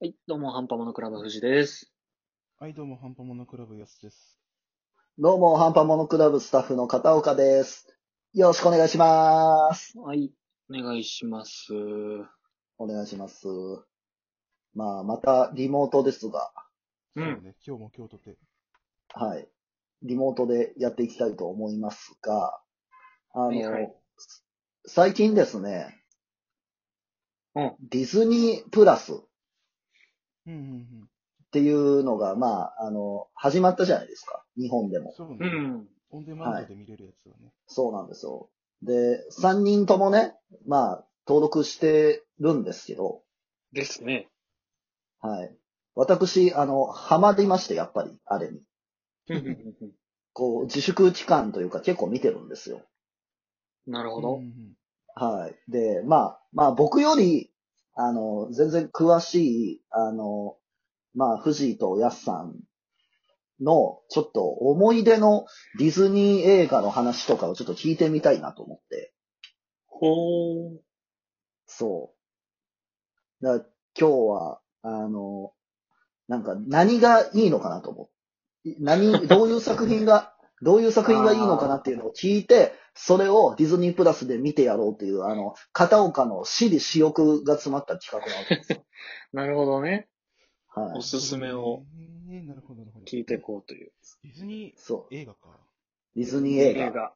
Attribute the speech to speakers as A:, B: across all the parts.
A: はい、どうも、ハンパモノクラブ藤です。
B: はい、どうも、ハンパモノクラブ、やすです。
C: どうも、ハンパモノクラブスタッフの片岡です。よろしくお願いします。
A: はい、お願いします。
C: お願いします。まあ、またリモートですが、
A: うん
B: そうね、今日も今日とて。
C: はい。リモートでやっていきたいと思いますが、あの、
A: はいはい
C: 最近ですね、
A: うん
C: ディズニープラスっ
B: うんうん
C: ていうのが、まあ、あの、始まったじゃないですか。日本で
B: うん。
C: も。
B: そうね、
A: うん。
B: オンデマンドで見れるやつだね。
C: そうなんですよ。で、3人ともね、まあ、登録してるんですけど、
A: ですね。
C: はい。私、あの、ハマりまして、やっぱり、あれに。こう、自粛期間というか結構見てるんですよ。
A: なるほ
B: う
A: ど
B: ん。うん
C: はい。で、まあ、まあ僕より、あの、全然詳しい、あの、まあ、藤井とやすさんの、ちょっと思い出のディズニー映画の話とかをちょっと聞いてみたいなと思って。
A: ほー。
C: そう。だから今日は、あの、なんか何がいいのかなと思って。何、どういう作品が、 どういう作品がいいのかなっていうのを聞いて、それをディズニープラスで見てやろうっていう、あの、片岡の私利私欲が詰まった企画なわけですよ。
A: なるほどね。
C: は
A: お
C: い。
A: すすめを。
B: えー、なるほど、なるほど。
A: 聞いてこうという。
B: ディズニ
C: そ
B: ー映画か。
C: う。ディズニー映画。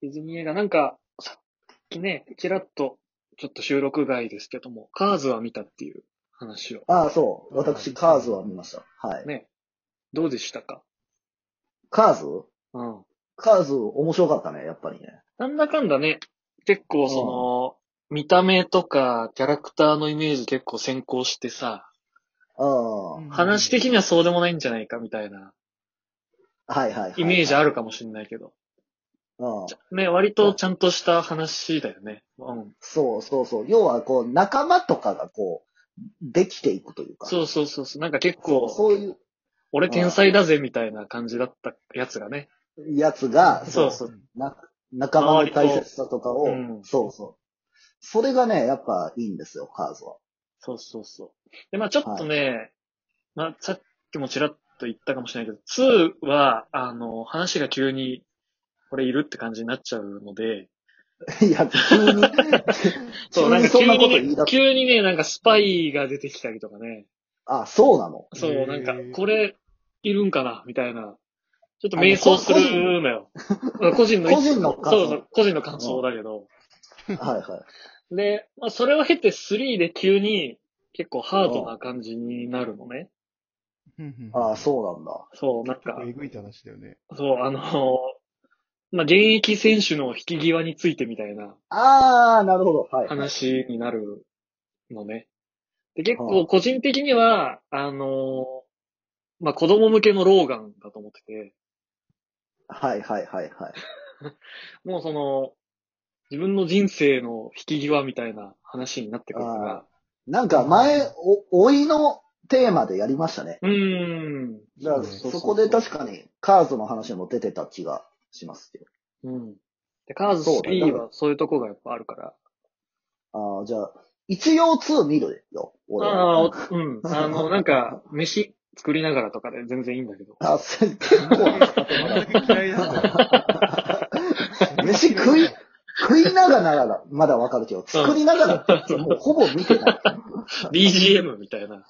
A: ディズニー映画、なんか、さっきね、ちらっと、ちょっと収録外ですけども、カーズは見たっていう話を。
C: ああ、そう。私、カーズは見ました。はい。
A: ね。どうでしたか
C: カーズ
A: うん。
C: カーズ面白かったね、やっぱりね。
A: なんだかんだね、結構その、見た目とかキャラクターのイメージ結構先行してさ、
C: ああ、
B: うん
A: 話的にはそうでもないんじゃないかみたいな
C: はいはいはい。
A: イメージあ
C: る。
A: るかもしれないけど。
C: うん。
A: ね、割とちゃんとした話だよね。うん。
C: そうそうそう。要は、こう、仲間とかがこう、できていくというか。
A: そうそうそうそう。なんか結構、
C: そういう
A: 俺天才だぜみたいな感じだったやつがね。
C: やつが、
A: そうそう。
C: な仲間の大切さとかを、
A: 周りとうん
C: そうそう。それがね、やっぱいいんですよ、カーズは。
A: そうそうそう。で、まあちょっとね、まあさっきもちらっと言ったかもしれないけど、2は、あの、話が急に、これいるって感じになっちゃうので、
C: いや、急に、
A: そう、
C: 急
A: なん
C: に
A: か
C: そ
A: 急
C: んなこと
A: に
C: 言い
A: ね
C: 出、す。
A: 急にね、なんかスパイが出てきたりとかね。
C: あ、そうなの。
A: そ
B: へ
A: う、
B: ー
A: なんか、これ、いるんかなみたいな。ちょっと迷走するのよ。 個人の、
C: 個人の感想
A: そうそう、個人の感想だけど。
C: はいは
A: で、まあ、それを経て3で急に、結構ハードな感じになるのね。
B: うんうん
C: い。あ、そうなんだ。
A: そう、なん
B: 結
A: か
B: 構、えぐい話だ よね。
A: そう、あの、まあ、現役選手の引き際についてみたいな
C: あー、なるほど。はい。
A: 話になるのね。で、結構個人的には、あの、まあ、子供向けのローガンだと思ってて、
C: はいはいはいはい。
A: もうその、自分の人生の引き際みたいな話になってくるから
C: あ。なんか前、お、老いのテーマでやりましたね。
A: うーん。
C: だか
B: そう
C: ら
A: そうそう
C: そこで確かに、カーズの話も出てた気がしますけど。
A: うん。で、カーズ
C: そうだね
A: 3はそういうとこがやっぱあるから。
C: あー、じゃあ、一応2見るよ、俺は。
A: ああ、おうん。あ の、なんか、飯作りながらとかで全然いいんだけど。
C: あ、せ結構な
B: 全く嫌いなんだよ。
C: 飯食い、食いながらなら、まだわか るけど、作りながらって、もうほぼ見てない。 あ
A: BGM みたいな。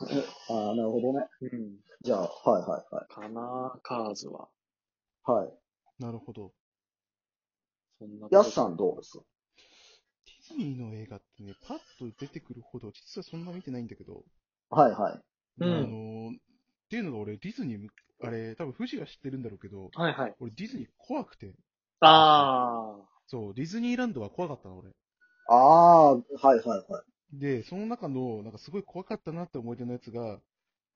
C: あー、なるほどね。
A: うん。
C: じゃあ、はいはいは
A: かなカーズは。
C: い。はい。
B: なるほど。
A: そんなとこ
C: やすさんどうです
B: ディズニーの映画ってね、パッと出てくるほど、実はそんな見てないんだけど、
C: はいはい。
A: うん
B: あのー、っていうのが俺、ディズニー、あれ、多分、富士が知ってるんだろうけど、
A: はいはい。
B: 俺、ディズニー怖くて、
A: ああ。
B: そう、ディズニーランドは怖かったの、俺。
C: ああ、はいはいはい。
B: で、その中の、なんかすごい怖かったなって思い出のやつが、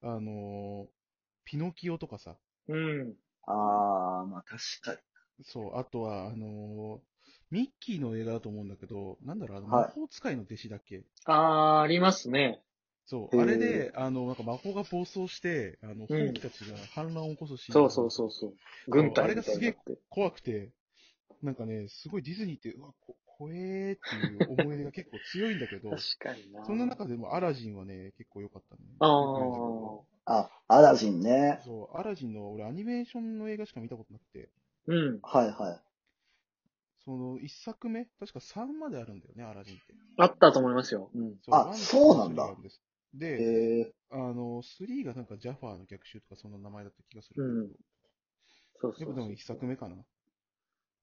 B: あのーピノキオとかさ、
A: うん。
C: ああ、まあ確かに。
B: そう、あとは、あのーミッキーの映画だと思うんだけど、なんだろう、あの、魔
C: はい
B: 法使いの弟子だっけ、
A: ああ、ありますね。
B: そう、
C: へー
B: あれで、あの、なんか魔法が暴走して、あの、ほ
A: うん
B: うきたちが反乱を起こすシーン。
A: そうそうそうそう。軍隊みたいになって。
B: 怖くて、なんかね、すごいディズニーって、うわ、こほえーっていう思い出が結構強いんだけど、
A: 確かにな。
B: そんな中でもアラジンはね、結構良かったね。
A: あ
B: よ
A: あ。
C: あ、アラジン
B: く
C: ね。
B: 見たけどそう、アラジンの俺アニメーションの映画しか見たことなくて、
A: うん。
C: はいはい。
B: その一作目、確か3まであるんだよね、アラジンって。
A: あったと思いますよ。うん。
B: そう
C: あ
B: ワン
C: そうなんだ
B: ツースリーがあるです。で、
C: え
B: あの、3がなんかジャファーの逆襲とかそんな名前だった気がするんだ
A: そう
B: け
A: そ
B: ど、
A: うそ
B: やっぱでも
A: う。
B: 一作目かな。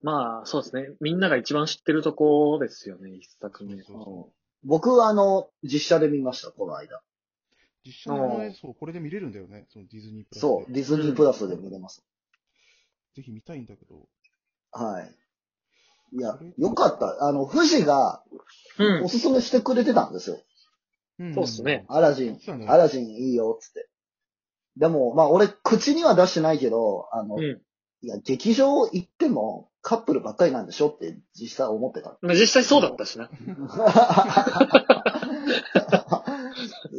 A: まあ、そうですね。みんなが一番知ってるとこですよね、一作目。
B: そう
C: ー
B: そうそう
C: 僕はあの、実写で見ました、この間。
B: 実写の名前、そう、これで見れるんだよね、そのディズニープラスで。
C: そう、ディズニープラスで見れます。
B: ぜひ見たいんだけど、
C: はい。いや、よかった。あの、富士が
A: うん
C: お。すすめしてくれてたんですよ。
B: うん
A: そうっすね。
C: アラジン
B: 実はね
C: アラジンいいよ、つって。でも、まあ俺、口には出してないけど、あの、
A: うん。
C: いや、劇場行ってもカップルばっかりなんでしょって実際思ってた。
A: まあ実際そうだったしな。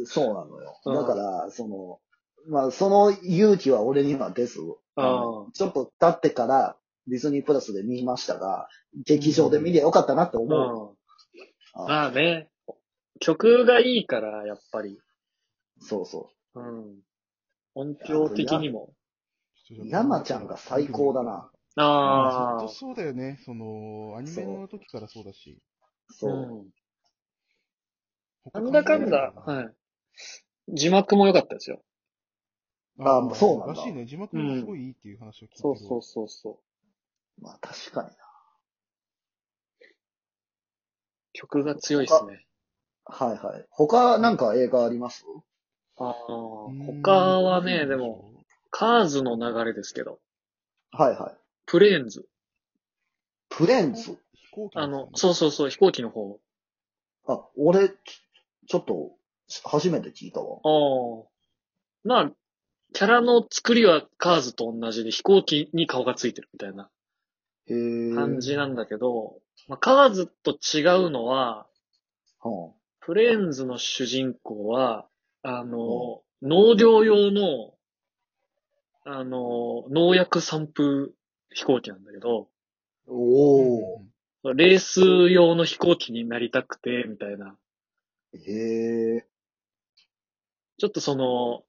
C: そうなのよ。
A: うん
C: だから、その、まあ、その勇気は俺にはです。
A: ああ。
C: ちょっと経ってから、ディズニープラスで見ましたが、劇場で見りゃよかったなって思う。
A: うん。
C: あ
A: まあね。曲がいいから、やっぱり。
C: そうそ
A: うん。音響的にも。
B: ちょっと
C: う。
B: じゃあ
C: 山ちゃんが最高だな。。
A: あ
B: ああ。
A: あ
B: ずっと。そうだよね、その、アニメの時からそうだし。
C: そう。
A: う
B: 他
A: ん。な
B: 考
A: んだか
B: え
A: んだ、
B: ら
A: はい。字幕も良かったですよ。
B: あ
C: あ
B: あ、
C: そうなんだ
B: らしいね。字幕もすごいいいっていう話を聞いてる。
A: そうそうそうそう。
C: まあ確かにな。
A: 曲が強いですね。
C: はいはい。他なんか映画あります
A: ああ。
B: うん
A: 他はね、でも、、カーズの流れですけど、
C: はいはい。
A: プレーンズ。
C: プレーンズ。
B: 飛行機
A: あの、そうそうそう、飛行機の方。
C: あ、俺、ちちょっと、初めて聞いたわ。
A: ああ。まあ、キャラの作りはカーズと同じで飛行機に顔がついてるみたいな
C: へえ。
A: 感じなんだけど、まあ、カーズと違うのは、
C: は
A: プレーンズの主人公は、あの、農業用の、あの、農薬散布飛行機なんだけど、
C: あ、おお。
A: レース用の飛行機になりたくて、みたいな。
C: へえ。
A: ちょっとその、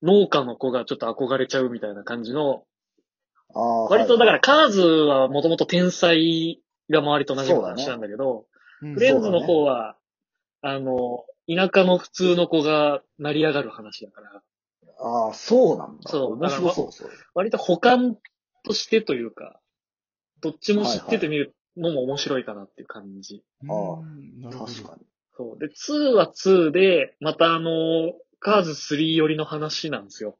A: 農家の子がちょっと憧れちゃうみたいな感じの、
C: ああ。、
A: 割とだかららカーズはもともと天才が周りと同じような話なんだけど、
B: うん、
A: フレンズの方は、あの、田舎の普通の子が成り上がる話だから、
C: ああ、そうなんだ。
A: そう
C: 面白そう、それ。
A: 割と補完としてというか、どっちも知ってて見るのも面白いかなっていう感じ。
C: ああ
B: うんなるほど
C: 確かに。
A: そう。で、2は2で、またあの、カーズ3寄りの話なんですよ。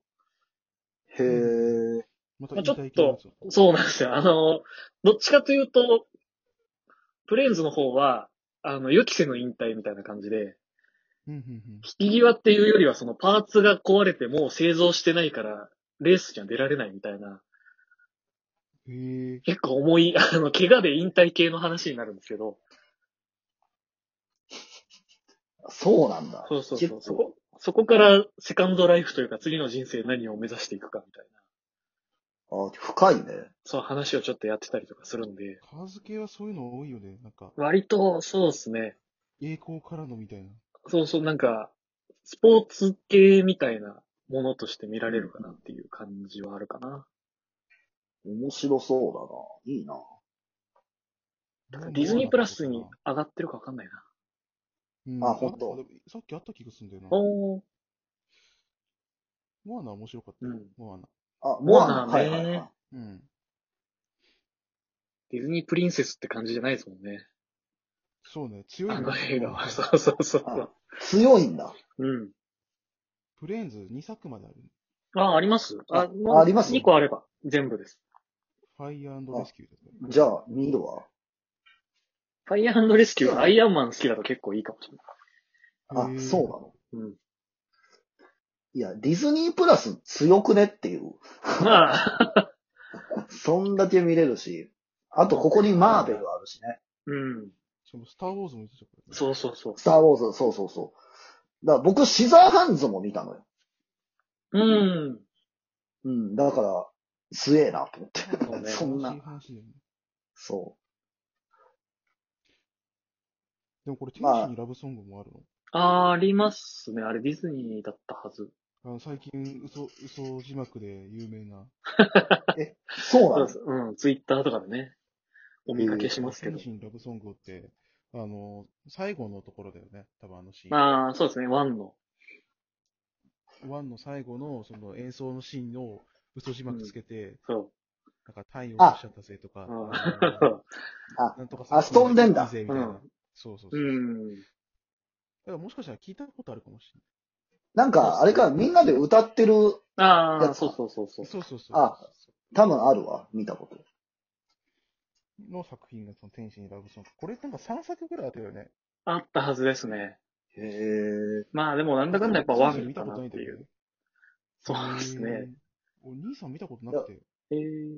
C: へえ。
B: また
A: まあちょっと
B: 言いたいけど
A: そうなんですよ。あの、どっちかというと、プレーンズの方は、あの、予期せぬ引退みたいな感じで、
B: うんうん
A: 引き際っていうよりはそのパーツが壊れてもう製造してないから、レースには出られないみたいな、
B: うん。へえ。
A: 結構重い、あの、怪我で引退系の話になるんですけど、
C: そうなんだ。
A: そうそう
C: 結
A: そう。そ
C: 構
A: こ、そこからセカンドライフというか次の人生何を目指していくかみたいな、
C: あ深いね。
A: そう話をちょっとやってたりとかするんで、
B: カーズ系はそういうの多いよね。なんか、
A: 割と、そうですね。
B: 栄光からのみたいな。
A: そうそう、なんか、スポーツ系みたいなものとして見られるかなっていう感じはあるかな。
C: 面白そうだな。いいな。
A: ディズニープラスに上がってるかわかんないな。
B: うん。
C: あほんと
B: なんかでもさっきあった気がするんだよな。
A: おー。
B: モアナ面白かった
A: う
B: よ
A: ん。
B: モアナ。
C: あ、
A: モアナね
C: はいはいはい。
B: うん。
A: ディズニープリンセスって感じじゃないですもんね。
B: そうね。強い
A: あ
B: よね
A: の映画は。そうそうそうそう。
C: 強いんだ。
A: うん。
B: プレーンズ2作まである。
A: あ、あります
C: ああります
A: 2個あれば、全部です。
B: ファイアレスキューだった
C: じゃあ、見るわ。
A: ファイアーレスキューはアイアンマン好きだと結構いいかもしれない。
C: あ
B: へ、ー
C: そうなの。
A: うん。
C: いや、ディズニープラス強くねっていう。
A: まあ、
C: そんだけ見れるし。あと、ここにマーベルあるしね。
A: うん。
B: しかも、スター・ウォーズも出てたからね
A: そうそうそう
C: スター・ウォーズ、そうそうそう。だから僕、シザーハンズも見たのよ。。
A: うん。
C: うん、だから、強えなと思って。
A: そうね
C: そんな
B: 楽しい話だよね
C: そう。
B: でもこれ、天使にラブソングもあるの、
A: あー、ありますね。あれディズニーだったはず。
B: あ、の最近、嘘、嘘字幕で有名な。
C: そう
A: そ
C: な
A: うんで
C: です
A: す。うん、ツイッターとかでね、お見かけしますけど
B: 天。使にラブソングをって、あの、最後のところだよね。多分あのシーン。
A: まあ、そうですね、ワンの。
B: ワンの最後の、その演奏のシーンを嘘字幕つけて、
A: そ
B: なんか太陽のシャッター性とか、
A: う。うん
B: あのなんとか
C: あ飛んでんだ
B: いいぜみたいな
A: うん
B: そうそうそう。
A: う
B: だ
A: ん。
B: からもしかしたら聞いたことあるかもしれ
C: なんか、あれか、みんなで歌ってる、
A: あ
C: や
A: あ、
C: つ
A: そうそうそうそ
B: な
A: う
B: い。。そうそうそう。
C: あ多分あるわ、見たこと。
B: の作品がその天使にラブソング。これなんか3作ぐらいあったよね。
A: あったはずですね。
C: へえ。
A: まあでもなんだかんだやっぱワン
B: 見た
A: か
B: こ
A: な
B: とない
A: っ
B: ん
A: て
B: だ
A: い
B: けど
A: う
B: ね。。
A: そうです
B: へ
A: ね
B: ー。。お兄さん見たことなくて。
A: えー、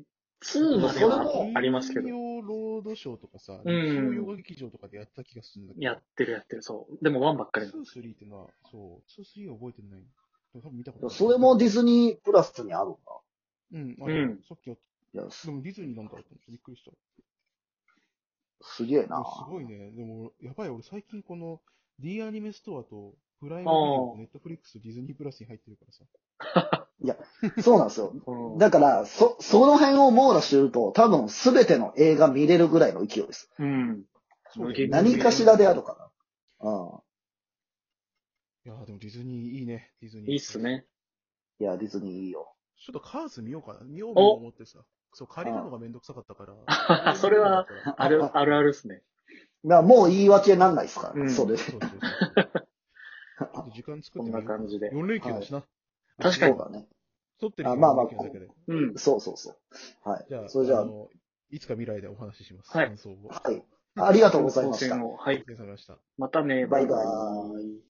A: 2まではありますけど
B: 金。曜ロードショーとかさ、
A: うん
B: 日曜洋画劇場とかでやった気がするんだけど。
A: やってるやってる、そう。でもワンばっかりな
B: ス
A: の。
B: ースリーってのは、そう、スースリーは覚えてない。多分見たことない。
C: それもディズニープラスにあるん
B: うん、あ
A: う
B: の
A: ん
B: さっきやっ
C: だ。いや、
B: た。ですもディズニーなんだと思ってびっくりした。
C: すげえ
B: で
C: な
B: も。すごいね。でも、やばい、俺最近この D アニメストアとプライムビデオ
A: あ
B: とネットフリックスとディズニープラスに入ってるからさ。
C: そうなんですよ。
A: うん
C: だから、そ、その辺を網羅してると、多分すべての映画見れるぐらいの勢いです。
A: うん。
B: そうだ
A: 結
B: よ
A: 構
B: ね
C: 何かしらであるから。うん。
B: いやーでもディズニーいいね。ディズニー。
A: いいっす。ね。
C: いや、ディズニーいいよ。
B: ちょっとカーズ見ようかな。見ようと思ってさ。そう、借りるのがめんどくさかったから。
A: あ それは、ある、あるあるっすね。
C: まあ、もう言い訳なんないですか
A: う
C: ら、
A: ん
C: それで。
B: そうそうそう。ちょっと時間作
A: こ
B: って
A: ん
B: み
A: な
B: ようか
A: 感じで。
B: 4連休だしな。
A: 確か
C: そ
A: に
C: うだね。
B: 取ってる
C: あまあまあ
B: 4連休だけで。
A: うん。
C: そうそうそう。はい。
B: じゃあ、
C: それじゃ
B: あ
C: あ、
B: の、いつか未来でお話しします。
A: はい
B: 感想を。
C: はい。ありが
A: あ
C: とうございました。
A: はい。
B: お疲れ様でした。
A: またね、
C: バイバ
A: イ
C: イ。